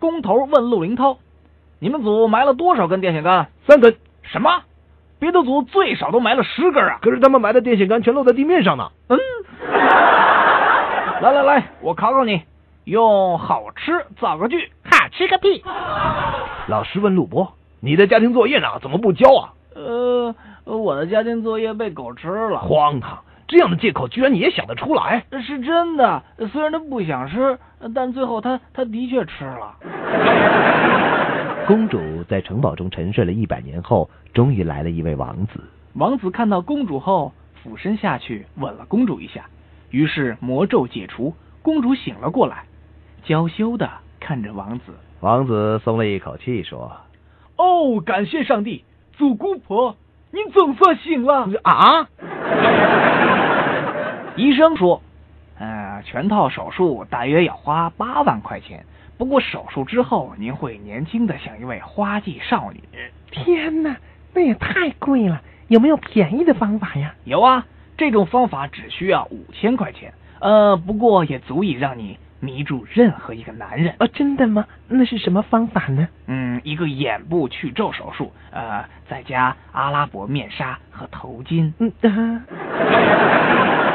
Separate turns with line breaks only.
工头问陆林涛：“你们组埋了多少根电线杆
三根，？”
什么？别的组最少都埋了十根啊！
可是他们埋的电线杆全露在地面上呢。
嗯，来来来，我考考你，用好吃造个句。
好吃个屁！
老师问陆博：“你的家庭作业呢？怎么不交啊
呃，我的家庭作业被狗吃？”了，
荒唐！这样的借口居然你也想得出来？
是真的。虽然他不想吃，但最后他他的确吃了。
公主在城堡中沉睡了一百年后，终于来了一位王子。
王子看到公主后，俯身下去吻了公主一下，于是魔咒解除，公主醒了过来，娇羞的看着王子。
王子松了一口气，说
哦，感谢上帝，祖姑婆，您总算醒了。
啊？
医生说，呃，全套手术大约要花八万块钱，不过手术之后您会年轻的像一位花季少女。
天哪，那也太贵了，有没有便宜的方法呀？
有啊，这种方法只需要五千块钱，呃，不过也足以让你迷住任何一个男
啊
人。
哦，真的吗？那是什么方法呢？
嗯，一个眼部去皱手术，呃，再加阿拉伯面纱和头巾。
嗯啊，